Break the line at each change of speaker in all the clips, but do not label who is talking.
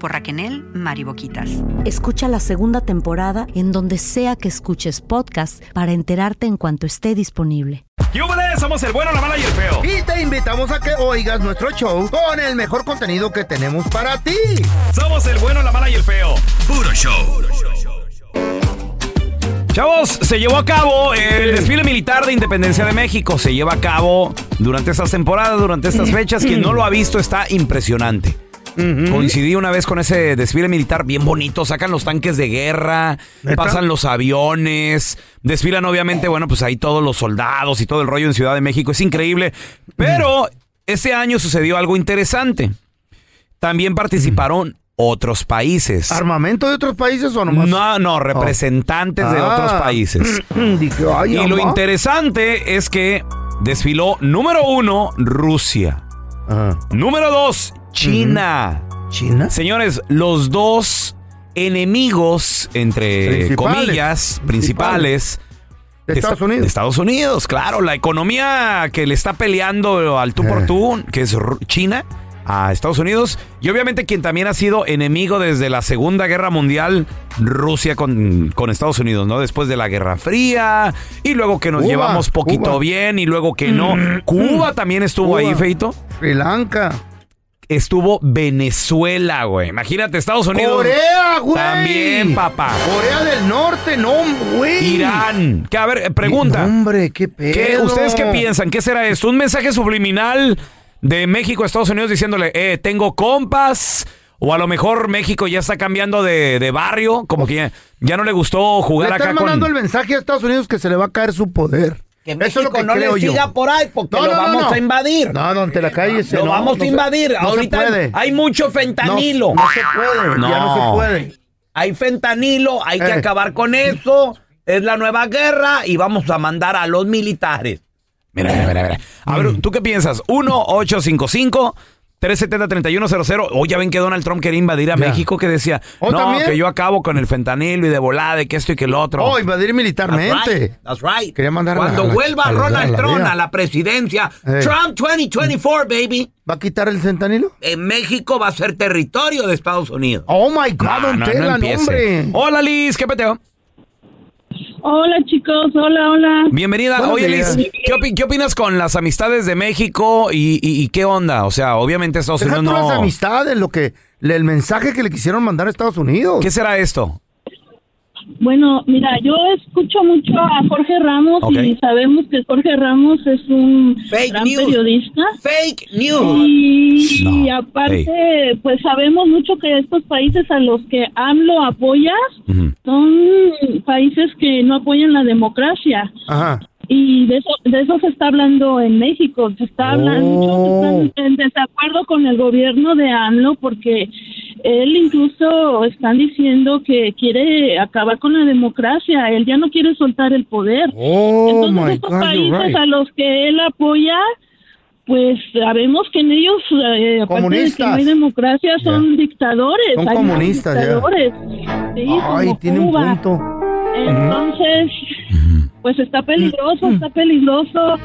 por Raquel Mariboquitas.
Escucha la segunda temporada en donde sea que escuches podcast para enterarte en cuanto esté disponible.
¡Yúbales! Somos el bueno, la mala y el feo.
Y te invitamos a que oigas nuestro show con el mejor contenido que tenemos para ti.
Somos el bueno, la mala y el feo. Puro show. Chavos, se llevó a cabo el desfile militar de Independencia de México. Se lleva a cabo durante estas temporadas, durante estas fechas. Quien no lo ha visto está impresionante. Coincidí una vez con ese desfile militar bien bonito. Sacan los tanques de guerra,
¿Neta?
pasan los aviones, desfilan obviamente, bueno, pues ahí todos los soldados y todo el rollo en Ciudad de México. Es increíble. Pero este año sucedió algo interesante. También participaron otros países.
¿Armamento de otros países o nomás?
No, no, representantes de
Ah.
otros países.
Dije, ay,
Y lo
ama.
interesante es que desfiló número uno, Rusia.
Ah.
Número dos, China.
¿China?
Señores, los dos enemigos, entre
Principales.
comillas, principales.
¿De Estados
esta-
Unidos?
de Estados Unidos, claro. La economía que le está peleando al tú por
Eh.
tú, que es Ru- China, a Estados Unidos. Y obviamente quien también ha sido enemigo desde la Segunda Guerra Mundial, Rusia con, con Estados Unidos, ¿no? Después de la Guerra Fría. Y luego que nos
Cuba,
llevamos poquito
Cuba.
bien y luego que no. Cuba también estuvo ahí,
Cuba.
Feito
Sri Lanka.
estuvo Venezuela, güey. Imagínate, Estados Unidos.
Corea, güey.
También, papá.
Corea del Norte, no, güey.
Irán. Que, a ver, eh, pregunta.
No, hombre, qué pedo.
¿Qué- ¿Ustedes qué piensan? ¿Qué será esto? ¿Un mensaje subliminal de México a Estados Unidos diciéndole, eh, tengo compas? O a lo mejor México ya está cambiando de, de barrio, como que ya, ya no le gustó
Le
jugar
están
acá
mandando
con...
el mensaje a Estados Unidos que se le va a caer su poder.
Que
Eso
México
es lo que
no le
creo yo.
siga por ahí porque lo vamos a invadir.
No, no, te la calles.
lo
no,
vamos
no
a
se-
invadir.
No se
Ahorita
puede.
hay mucho
No,
fentanilo.
No, se puede. Ya no se
No.
puede.
Hay fentanilo, hay que
Eh.
acabar con eso. Es la nueva guerra y vamos a mandar a los militares.
Mira, mira, mira, mira. A
Mm.
ver, ¿tú qué piensas? 1-855-370-3100. O Oh, ya ven que Donald Trump quería invadir a
Ya.
México, que decía,
¿O
no,
también?
que yo acabo con el fentanilo y de volada y que esto y que el otro.
Oh, invadir militarmente.
That's right. That's right.
Quería mandar a la-
Cuando
a la-
vuelva
a la- a
Ronald
la
Trump
vida.
a la presidencia,
Eh.
Trump 2024, baby,
¿Va a quitar el centanilo?
en México va a ser territorio de Estados Unidos.
Oh my
Ah,
God,
no,
don
no
Tela, no,
empiece.
hombre.
Hola Liz, ¿qué peteo?
Hola chicos, hola, hola.
Bienvenida.
Buenos
Oye
días.
Liz, ¿qué, opi- qué opinas con las amistades de México y, y- y qué onda? O sea, obviamente Estados
Deja
Unidos
tú las
no...
amistades, lo que, el mensaje que le quisieron mandar a Estados Unidos.
¿Qué será esto?
Bueno, mira, yo escucho mucho a Jorge Ramos y
Ok.
sabemos que Jorge Ramos es un gran periodista.
Fake news.
Y,
No,
y aparte, pues sabemos mucho que estos países a los que AMLO apoya
Ujú.
son países que no apoyan la democracia.
Ajá.
Y de eso, de eso se está hablando en México. Se está hablando,
Oh.
muchos están en desacuerdo con el gobierno de AMLO porque él incluso están diciendo que quiere acabar con la democracia. Él ya no quiere soltar el poder.
Oh,
Entonces,
my
estos
God, you're
países
right.
a los que él apoya, pues sabemos que en ellos, eh, aparte de que no
Comunistas.
hay democracia, son dictadores.
Son
Hay más
comunistas, ya.
dictadores. Sí,
Ay,
como
tiene un
Cuba.
punto.
Entonces, pues está
Mm.
peligroso, está peligroso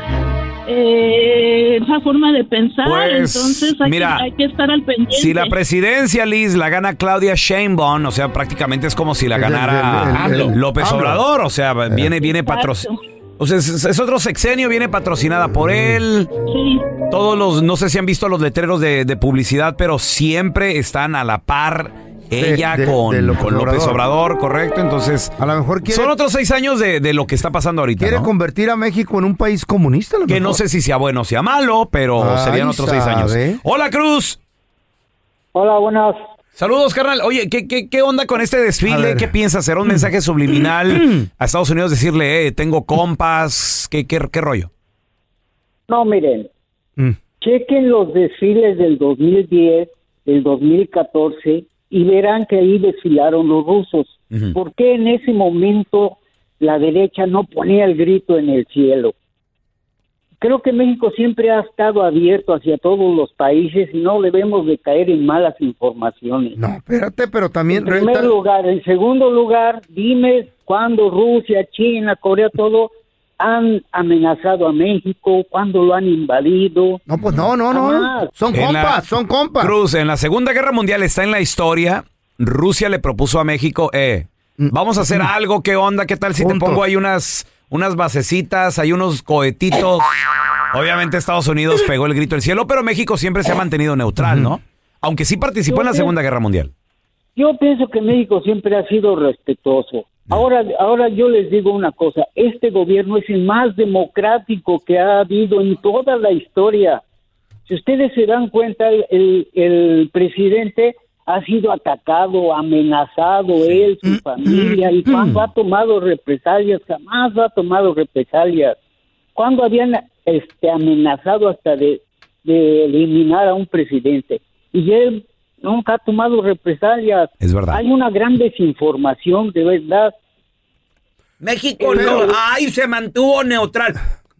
eh, esa forma de pensar.
Pues,
Entonces, hay,
mira,
que, hay que estar al pendiente.
Si la presidencia, Liz, la gana Claudia Sheinbaum, o sea, prácticamente es como si la
Es el- el-
ganara
el- el-
López
AMLO.
Obrador, o sea, viene, viene
Exacto.
patrocinada. O sea, es, es otro sexenio, viene patrocinada por él.
Sí,
Todos los, no sé si han visto los letreros de, de publicidad, pero siempre están a la par
De-
ella
de-
con,
de López
con López
Obrador.
Obrador, correcto. Entonces,
A lo mejor quiere,
son otros seis años de, de lo que está pasando ahorita.
quiere
¿no?
convertir a México en un país comunista. a lo
Que
mejor.
no sé si sea bueno o sea malo, pero
Ay,
serían otros seis años.
sabe.
Hola, Cruz.
Hola, buenas.
Saludos, carnal. Oye, ¿qué, qué, qué onda con este
A
desfile?
ver.
¿Qué piensas? ¿Será un mensaje subliminal a Estados Unidos decirle, eh, tengo compas? ¿Qué, qué, qué rollo?
No, miren,
Mm.
chequen los desfiles del 2010, del 2014 y verán que ahí desfilaron los rusos.
Ujú.
¿Por qué en ese momento la derecha no ponía el grito en el cielo? Creo que México siempre ha estado abierto hacia todos los países y no debemos de caer en malas informaciones.
No, espérate, pero también...
En primer
reta-
lugar, en segundo lugar, dime cuándo Rusia, China, Corea, todo han amenazado a México, cuándo lo han invadido.
No, pues no, no, no.
Jamás.
Son
En la-
compas, son compas.
Cruz, en la Segunda Guerra Mundial está en la historia. Rusia le propuso a México, eh, vamos a hacer algo, ¿qué onda? ¿Qué tal si te
Mm. Juntos.
pongo ahí unas, unas basecitas, hay unos cohetitos? Obviamente Estados Unidos pegó el grito del cielo, pero México siempre se ha mantenido neutral, ¿no? Aunque sí participó en la Segunda Guerra Mundial.
Yo pienso que México siempre ha sido respetuoso. Ahora, ahora yo les digo una cosa, este gobierno es el más democrático que ha habido en toda la historia. Si ustedes se dan cuenta, el, el- el presidente ha sido atacado, amenazado, él, su familia, y cuando ha tomado represalias, jamás ha tomado represalias. Cuando habían este, amenazado hasta de, de eliminar a un presidente? Y él nunca ha tomado represalias.
Es verdad.
Hay una gran desinformación, de verdad.
México
Pero-
no. Ay, se mantuvo neutral.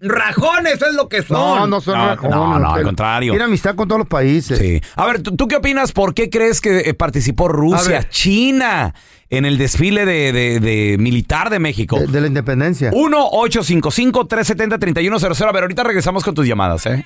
Rajones es lo que son.
No, no son
No,
rajones,
no, no, al
pero
contrario.
Tiene amistad con todos los países.
Sí. A ver, ¿tú, tú qué opinas? ¿Por qué crees que eh, participó
A
Rusia,
ver.
China en el desfile de, de- de militar de México?
De, de la independencia.
1-855-370-3100. A ver, ahorita regresamos con tus llamadas, ¿eh?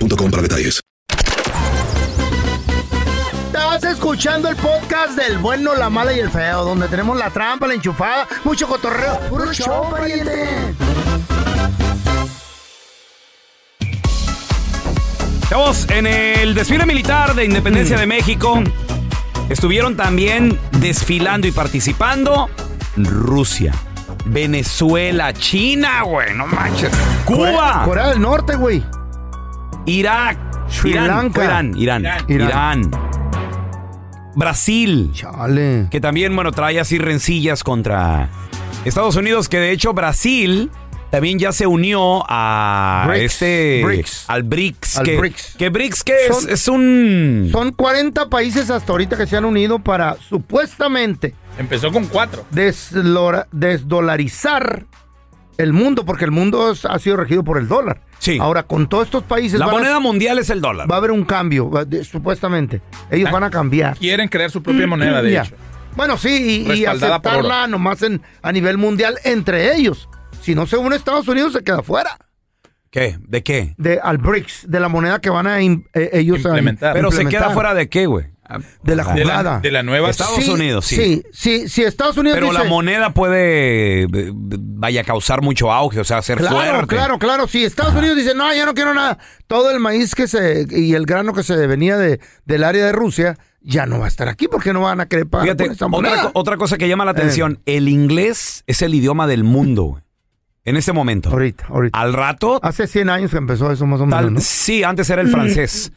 para detalles.
Estás escuchando el podcast del bueno, la mala y el feo, donde tenemos la trampa, la enchufada, mucho cotorreo. ¡Puro show, pariente!
Estamos en el desfile militar de Independencia de México. Estuvieron también desfilando y participando Rusia, Venezuela, China, güey, no manches. Cuba,
Corea, Corea del Norte, güey.
Irak,
Sri
Irán,
Lanka.
fue Irán, Irán,
Irán.
Irán. Brasil. Que también, bueno, trae así rencillas contra Estados Unidos, que de hecho Brasil también ya se unió a
BRICS,
este
BRICS.
al BRICS,
Al
que,
BRICS.
que BRICS que es,
Son-
es un
Son 40 países hasta ahorita que se han unido para supuestamente
Empezó con cuatro.
deslora- desdolarizar el mundo, porque el mundo es- ha sido regido por el dólar. Ahora, con todos estos países.
La
van a-
moneda mundial es el dólar. Ah.
Va a haber un cambio, va- de- supuestamente. Ellos van a cambiar.
Quieren crear su propia moneda, de
Ya.
hecho.
Bueno, sí, y- y,
Respaldada por
aceptarla nomás en, a nivel mundial entre ellos. Si no se une Estados Unidos, se queda fuera
¿Qué? ¿De qué?
de, al BRICS, de la moneda que van a im- eh, ellos a im-
Pero se
implementar.
queda fuera de qué, güey?
De la jugada.
Estados
Sí,
Unidos, sí.
Sí, sí, sí, Estados Unidos
Pero la
dice-
moneda puede, eh, vaya, causar mucho auge, o sea, ser
Claro,
fuerte.
claro, claro. Sí, Estados Unidos dice, no, yo no quiero nada. Todo el maíz que se y el grano que se venía de, del área de Rusia ya no va a estar aquí porque no van a querer pagar
Fíjate,
por esta
otra,
moneda.
co- otra cosa que llama
Eh.
la atención, el inglés es el idioma del mundo, güey. En este momento.
Ahorita, ahorita.
Al rato,
Hace 100 años que empezó eso más o menos, ¿no? Mm.
sí, antes era el francés.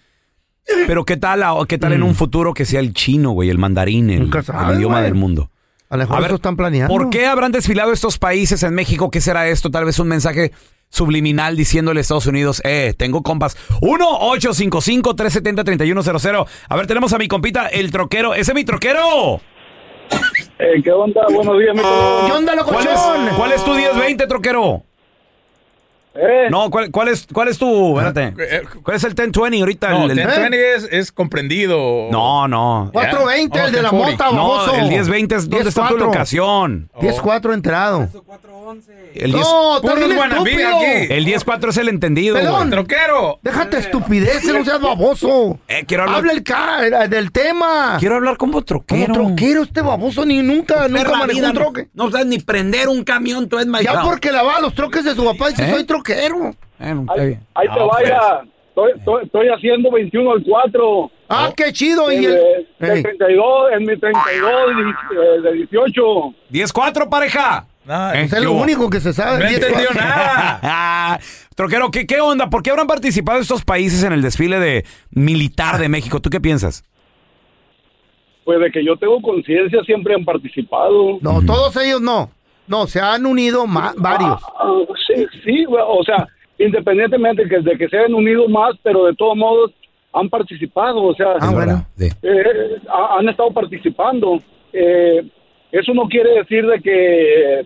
Pero qué tal, a- qué tal en un futuro que sea el chino, güey, el mandarín, el, el
sabes,
idioma
güey.
del mundo.
A lo mejor
A ver,
eso están planeando.
¿Por qué habrán desfilado estos países en México? ¿Qué será esto? Tal vez un mensaje subliminal diciéndole a Estados Unidos, eh, tengo compas. 1-855-370-3100. A ver, tenemos a mi compita, el troquero. ¡Ese es mi troquero!
Eh,
¿Qué onda? Buenos días, mi
¿Qué onda,
¿Cuál es, cuál es tu 1020, troquero?
Eh.
No, ¿cuál, cuál es, ¿cuál es tu...? Espérate. ¿Cuál es el 1020 ahorita?
Ah, eh, No,
El- el- ¿Eh?
1020 es, es comprendido.
No, no.
420, el de la mota,
No,
baboso.
el 1020 es... ¿Dónde está tu
10-4.
locación?
Oh.
10-4 entrado.
El
No, tú eres un
Puros wannabe
estúpido.
aquí. El 10-4 es el entendido,
Pelón.
güey.
¡Troquero!
Déjate estupidez, no seas baboso.
Eh, quiero hablar-
Habla el ca- el- del tema.
Quiero hablar como troquero.
Como troquero, este baboso ni nunca, nunca
Perra
manejó
vida,
un troque.
No, no sabes ni prender un camión, tú es my
Ya
God.
porque lavaba los troques de su papá y dice,
¿Eh?
soy troquero.
Bueno,
está
bien. pues,
Ahí te
No,
vaya. Estoy, estoy- estoy haciendo 21 al 4.
Ah, qué chido.
En,
Y el...
eh, del
Ey.
32, en mi 32 di- eh, de 18.
10-4, pareja. Eh,
Pues es lo único que se sabe.
Ah, No entendió
10-4.
nada. Troquero, ¿qué, ¿qué onda? ¿Por qué habrán participado estos países en el desfile de militar de México? ¿Tú qué piensas?
Pues de que yo tengo conciencia, siempre han participado.
No, todos ellos no. No, se han unido ma- varios.
Ah, sí, sí, güey, o sea, independientemente que, de que se hayan unido más, pero de todos modos han participado, o sea, eh, ha- han estado participando. Eh, eso no quiere decir de que,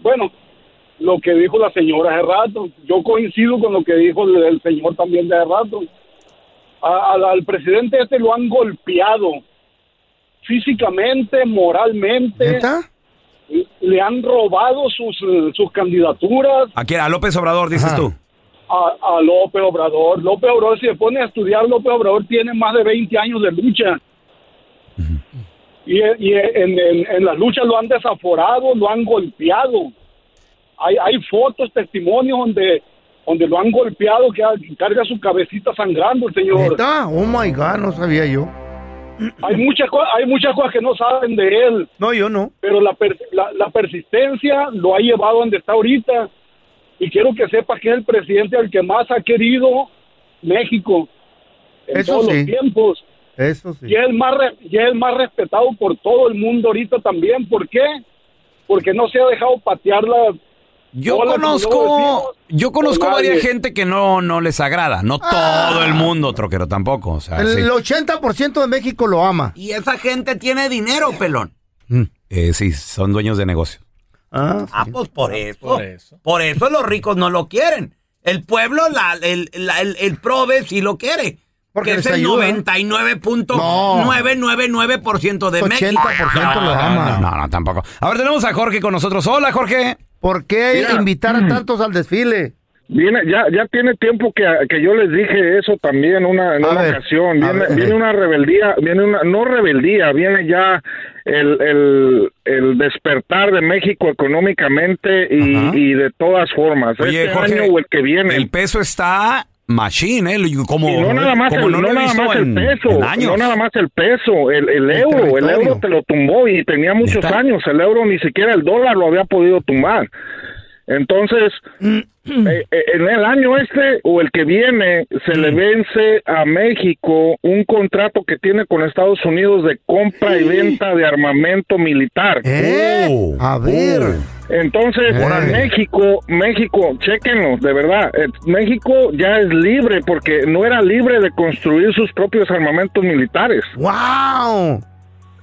bueno, lo que dijo la señora hace rato, yo coincido con lo que dijo el, el señor también de hace rato. A- al- al presidente este lo han golpeado físicamente, moralmente. Le han robado sus, eh, sus candidaturas
Aquí a López Obrador, dices tú.
a, a López Obrador. López Obrador, si se pone a estudiar, López Obrador tiene más de 20 años de lucha. Y, y en, en- en la lucha lo han desaforado, lo han golpeado. Hay, hay fotos, testimonios donde, donde lo han golpeado, que carga su cabecita sangrando el señor.
¿Neta? Oh my God, no sabía yo.
Hay muchas, co- hay muchas cosas que no saben de él.
No, yo no.
Pero la, per- la, la persistencia lo ha llevado donde está ahorita. Y quiero que sepas que es el presidente al que más ha querido México en
Eso
todos
sí.
los tiempos.
Eso sí.
Y es, el más re- y es el más respetado por todo el mundo ahorita también. ¿Por qué? Porque no se ha dejado patear la...
Yo
bola, como luego decimos,
conozco, yo conozco
por
varias
nadie.
gente que no, no les agrada. No todo el mundo, troquero, tampoco. O sea, Ah, sí.
El 80% de México lo ama.
Y esa gente tiene dinero, pelón. Eh, sí, son dueños de negocios.
Ah,
pues por eso. Por eso. los ricos no lo quieren. El pueblo, la, el, la- el, el prove sí lo quiere. Porque
Porque
es
les
el
ayuda.
99.999% de México.
80% lo
no,
ama.
No, no, tampoco. A ver, tenemos a Jorge con nosotros. Hola, Jorge.
¿Por qué
Mira.
invitar a tantos al desfile?
Viene, Mm. ya, ya tiene tiempo que, que yo les dije eso también una, en
A
una
ver,
ocasión.
a
Viene,
ver.
viene una rebeldía, viene una, no rebeldía, viene ya el, el, el despertar de México económicamente y, y de todas formas.
Oye,
este
Jorge,
año o el que viene.
El peso está machine, ¿eh? Como,
Y no nada más
como
el,
no
no
lo he
nada
visto
más el
en-
peso,
en años.
no nada más el peso, el, el euro, el
territorio.
euro te lo tumbó y tenía muchos años, el euro ni siquiera el dólar lo había podido tumbar. Entonces,
Mm.
eh, eh, en el año este o el que viene, se
Mm.
le vence a México un contrato que tiene con Estados Unidos de compra y venta de armamento militar.
Eh.
A ver.
Oh.
Entonces,
Órale.
México, México, chequenlo, de verdad, eh, México ya es libre porque no era libre de construir sus propios armamentos militares.
¡Wow!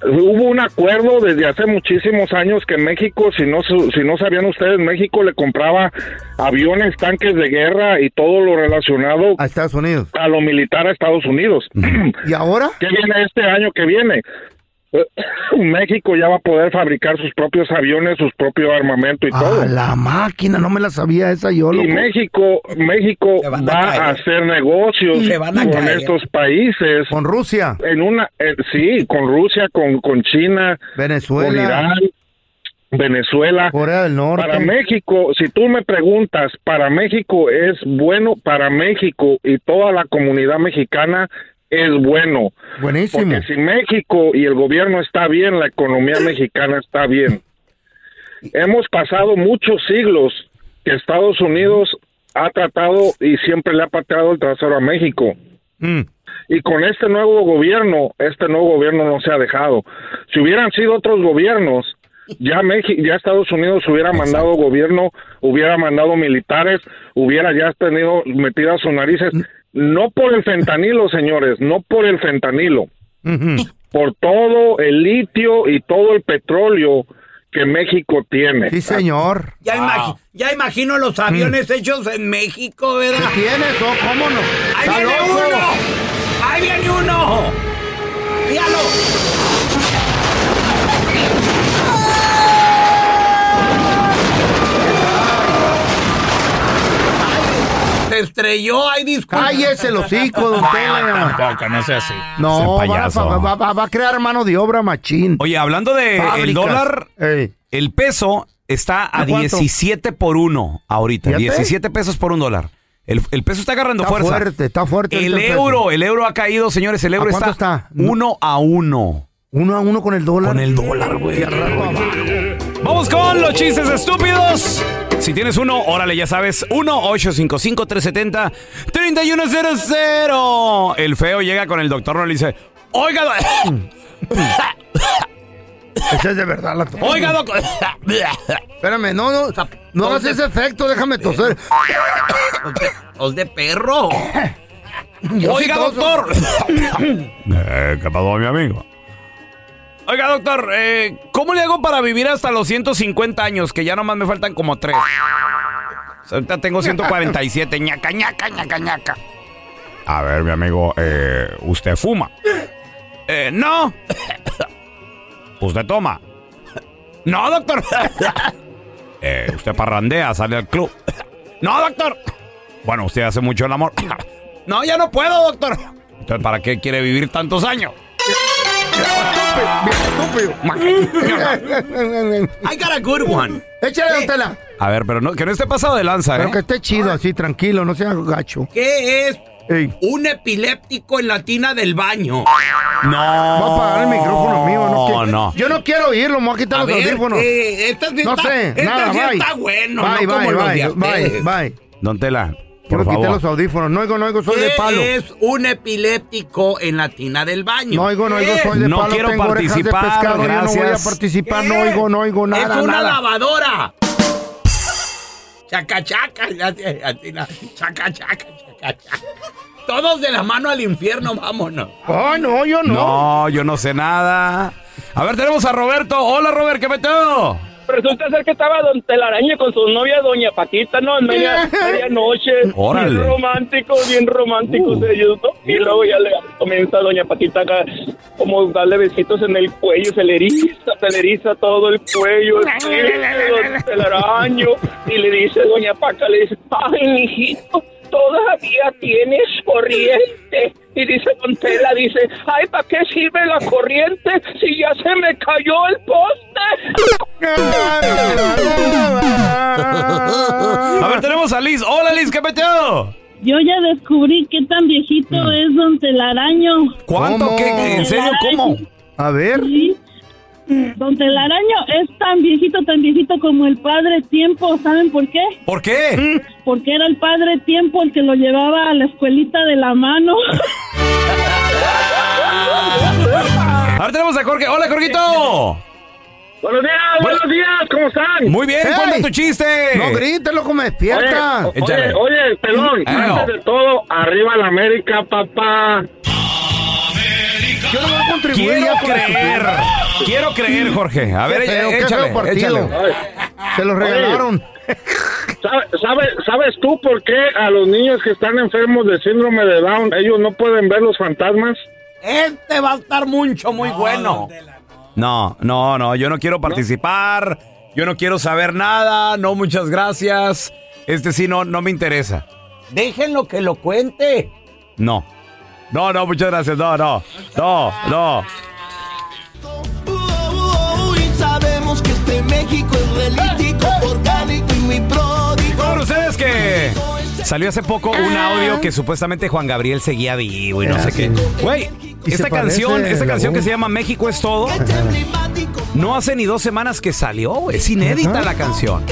Hubo un acuerdo desde hace muchísimos años que México, si no, su- si no sabían ustedes, México le compraba aviones, tanques de guerra y todo lo relacionado
a Estados Unidos.
A lo militar a Estados Unidos.
¿Y ahora?
¿Qué viene este año que viene? Eh, México ya va a poder fabricar sus propios aviones, sus propios armamento y todo.
A la máquina, no me la sabía esa yo,
Y
loco.
México, México
a
va
caer.
a hacer negocios
Se van a
con
caer.
estos países.
Con Rusia.
En una, eh, sí, con Rusia, con, con China,
Venezuela.
con Irán, Venezuela.
Corea del Norte.
Para México, si tú me preguntas, para México es bueno, para México y toda la comunidad mexicana es bueno.
Buenísimo.
Porque si México y el gobierno está bien, la economía mexicana está bien. Hemos pasado muchos siglos que Estados Unidos ha tratado y siempre le ha pateado el trasero a México.
Mm.
Y con este nuevo gobierno, este nuevo gobierno no se ha dejado. Si hubieran sido otros gobiernos, ya México, ya Estados Unidos hubiera mandado gobierno, hubiera mandado militares, hubiera ya tenido metidas sus narices, no por el fentanilo, señores, no por el fentanilo por todo el litio y todo el petróleo que México tiene.
Sí, señor.
Ya, imagi- ya imagino los aviones hechos en México, ¿verdad?
¿Qué Mm. tienes o cómo no?
¡Ahí viene uno! ¡Ahí viene uno! ¡Míralo! Ay, Se estrelló, ay, disculpa.
Cállese el hocico, don Tela.
Tampoco, no sea así.
No,
Ese
va a,
payaso.
va- va- va a crear mano de obra machín.
Oye, hablando de el
Fábricas.
dólar, el peso está a
¿A cuánto?
17 por uno ahorita.
Fíjate.
17 pesos por un dólar. El, el peso está agarrando
Está
fuerza.
fuerte, está fuerte.
El
ahorita
euro,
peso.
el euro ha caído, señores. El
¿A
euro
cuánto
está,
está?
uno a uno.
Uno a uno con el dólar. Con el dólar, güey.
Vamos con los chistes estúpidos. Si tienes uno, órale, ya sabes, 1-855-370-3100. El feo llega con el doctor, no le dice, oiga, do-
Esa es de verdad la to-
oiga, doctor.
Espérame, no, no. No hagas ese efecto, déjame toser.
¡Os de perro!
Yo sí
Oiga,
toso.
doctor.
Eh, ¿Qué pasó, mi amigo? Oiga, doctor, eh, ¿cómo le hago para vivir hasta los 150 años? Que ya nomás me faltan como tres. O sea, Ahorita tengo 147, ñaca, ñaca, ñaca, ñaca. A ver, mi amigo, ¿usted fuma? Eh, no. ¿Usted toma? No, doctor. Eh, ¿Usted parrandea, sale al club? No, doctor. Bueno, usted hace mucho el amor. No, ya no puedo, doctor. Entonces, ¿para qué quiere vivir tantos años?
I got a good one.
Échale, don Tela.
A ver, pero no, que no esté pasado de lanza,
Pero
¿eh?
que esté chido así, tranquilo, no sea gacho.
¿Qué es
Ey.
un epiléptico en la tina del baño?
No.
Voy a apagar el micrófono mío. No, quiero-
no.
Yo no quiero oírlo, me voy a quitar
A
los
ver,
audífonos.
eh, esta sí
no
está-
sé,
esta
nada,
sí
bye.
está bueno,
Bye,
no como
bye,
los
bye,
de
bye,
ustedes.
bye.
Don Tela,
Quiero
por
quitar
favor.
los audífonos. No oigo, no oigo, soy de
¿Qué
palo.
es un epiléptico en la tina del baño?
No oigo, no oigo,
¿Qué?
soy de palo. tengo orejas de pescado, yo no voy a participar, no oigo, no oigo nada.
Eh, es una
nada.
lavadora. Chaca, chaca, ya sé, así la- chaca, chaca, chaca, chaca. Todos de la mano al infierno, vámonos.
Ah, no, yo
no. No, yo no sé nada. A ver, tenemos a Roberto. Hola, Robert, ¿qué meteo?
Resulta ser que estaba Don Telaraña con su novia Doña Paquita, ¿no? En media, noche.
Órale. Uh.
Bien románticos, bien románticos ellos, ¿no? Y luego ya le comienza Doña Paquita acá como darle besitos en el cuello, se le eriza, se le eriza todo el cuello. el cuello de Don Telaraño. Y le dice Doña Paca, le dice, ay, mijito, todavía tienes corriente. Y dice Don Tela, dice, ay, ¿para qué sirve la corriente si ya se me cayó el poste?
A ver, tenemos a Liz. Hola, Liz, ¿qué peteo?
Yo ya descubrí qué tan viejito es Don Telaraño.
Mm. ¿Cuánto? ¿Cómo? ¿Qué? ¿En serio? ¿Cómo?
A ver.
Sí. Don Telaraño es tan viejito, tan viejito como el padre tiempo. ¿Saben por qué?
¿Por qué?
Porque era el padre tiempo el que lo llevaba a la escuelita de la mano.
Ahora tenemos a Jorge. Hola, Jorgito.
Buenos días, buenos días, ¿cómo están?
Muy bien,
¿cuál
cuenta tu chiste.
No grites, loco, me despierta.
Oye, oye, oye, pelón, antes de todo, arriba la América, papá.
Yo no voy a contribuir
Quiero
ya con la
creer.
estupidez.
Quiero creer, Jorge. A ver,
Qué feo, qué
échale,
feo partido.
échale.
Se lo regalaron.
¿Sabe- sabe- ¿Sabes tú por qué a los niños que están enfermos de síndrome de Down, ellos no pueden ver los fantasmas?
Este va a estar mucho, muy bueno.
No, no, no, yo no quiero participar, yo no quiero saber nada, no, muchas gracias. Este sí no, no me interesa.
Déjenlo que lo cuente.
No. No, no, muchas gracias. No, no. No, no.
Sabemos que este México es relítico, orgánico y muy pródigo.
Bueno, ustedes que salió hace poco un audio que supuestamente Juan Gabriel seguía vivo y no sé qué. Güey,
Y se
esta canción,
parece
esta
la
canción que
voz.
se llama México es todo, no hace ni dos semanas que salió, güey. Es inédita la canción.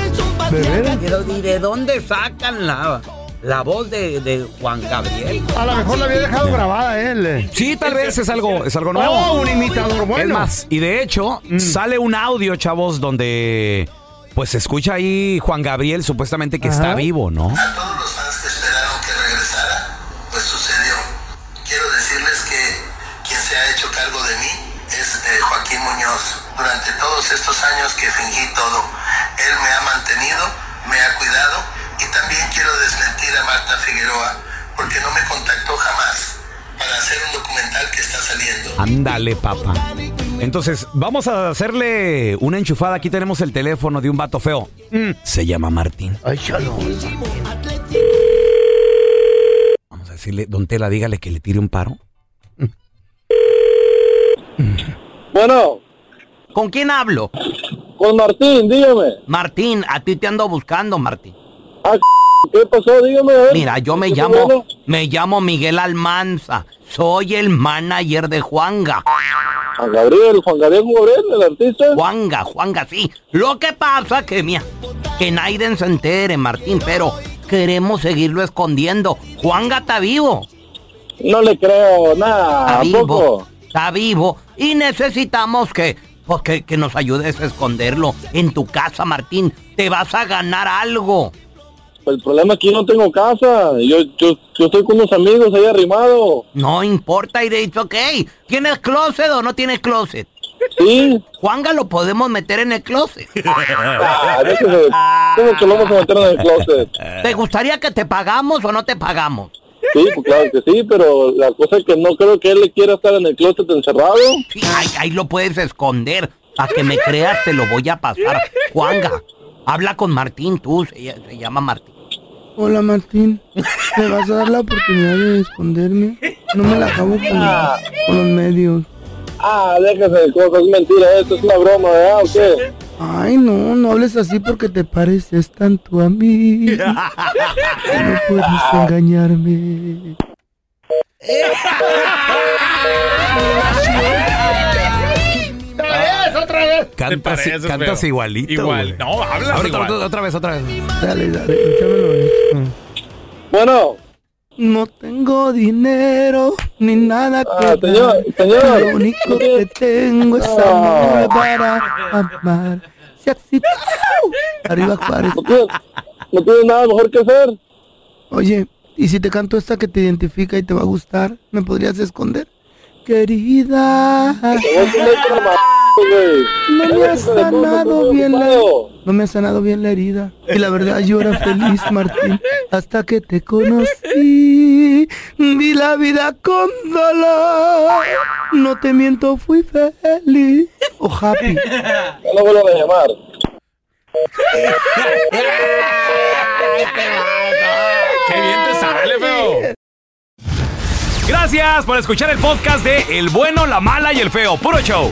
Pero ¿y de dónde sacan la, la voz de, de Juan Gabriel?
A lo mejor la había dejado grabada él. eh.
Sí, tal vez es algo, es algo nuevo.
Oh, un imitador bueno.
Es más, y de hecho, sale un audio, chavos, donde pues se escucha ahí Juan Gabriel supuestamente que está vivo, ¿no?
pues sucedió. Quiero decirles que quien se ha hecho cargo de mí es eh, Joaquín Muñoz. Durante todos estos años que fingí todo, él me ha mantenido, me ha cuidado y también quiero desmentir a Marta Figueroa porque no me contactó jamás para hacer un documental que está saliendo.
Ándale, papá. Entonces, vamos a hacerle una enchufada. Aquí tenemos el teléfono de un vato feo. Se llama Martín.
Ay, chalo.
Vamos a decirle, don Tela, dígale que le tire un paro.
Bueno. ¿Con quién hablo?
Con Martín, dígame. Ah,
Martín, a ti te ando buscando, Martín.
¿Qué pasó? Dígame.
Mira, yo me llamo, me llamo Miguel Almanza. Soy el manager de Juanga.
Juan Gabriel, Juan Gabriel, Juan Gabriel, el artista.
Juanga, Juanga, sí. Lo que pasa que, mira, que Naiden se entere, Martín, pero queremos seguirlo escondiendo. Juanga está vivo.
No le creo nada,
Está
¿a
vivo.
poco?
Está vivo. Y necesitamos que, pues, que, que nos ayudes a esconderlo en tu casa, Martín. Te vas a ganar algo.
Pues, El problema es que yo no tengo casa. Yo, yo, yo estoy con unos amigos ahí arrimados.
No importa, y de dicho, ok, ¿tienes closet o no tienes closet?
Sí.
Juanga lo podemos meter en el closet.
Ah, déjese. ¿Cómo que lo vamos a meter en el closet?
¿Te gustaría que te pagamos o no te pagamos?
Sí, pues claro que sí, pero la cosa es que no creo que él le quiera estar en el closet encerrado.
Sí, ahí, ahí lo puedes esconder. A que me creas, te lo voy a pasar. Juanga, habla con Martín, tú, se, se llama Martín.
Hola Martín, ¿me vas a dar la oportunidad de esconderme? No me la acabo con, con los medios.
Ah, déjese de cosas, es mentira, esto es una broma, ¿verdad? ¿O qué?
Ay no, no hables así porque te pareces tanto a mí. No puedes engañarme.
¡Otra vez, otra vez!
Cantas,
pareces, feo.
cantas igualito.
Igual.
güey.
No, hablas
A ver,
igual.
Otra, otra vez, otra vez.
Dale, dale, échamelo esto.
Bueno.
No tengo dinero ni nada que
Ah, señor,
dar.
señor. Ah.
Lo único que tengo es amor para amar. Si así- ¡Au! Arriba Juárez.
No tienes nada mejor que hacer.
Oye, ¿y si te canto esta que te identifica y te va a gustar? ¿Me podrías esconder? Querida.
Te voy a tener que armar.
güey.
No me
Eres
ha
hijo de todo,
sanado
todo
bien la
ocupado.
No me ha sanado bien la herida. Y la verdad yo era feliz, Martín, hasta que te conocí. Vi la vida con dolor. No te miento, fui feliz. O happy.
Ya no vuelvo a llamar.
¡Qué bien te sale, feo! Gracias por escuchar el podcast de El bueno, la mala y el feo. Puro show.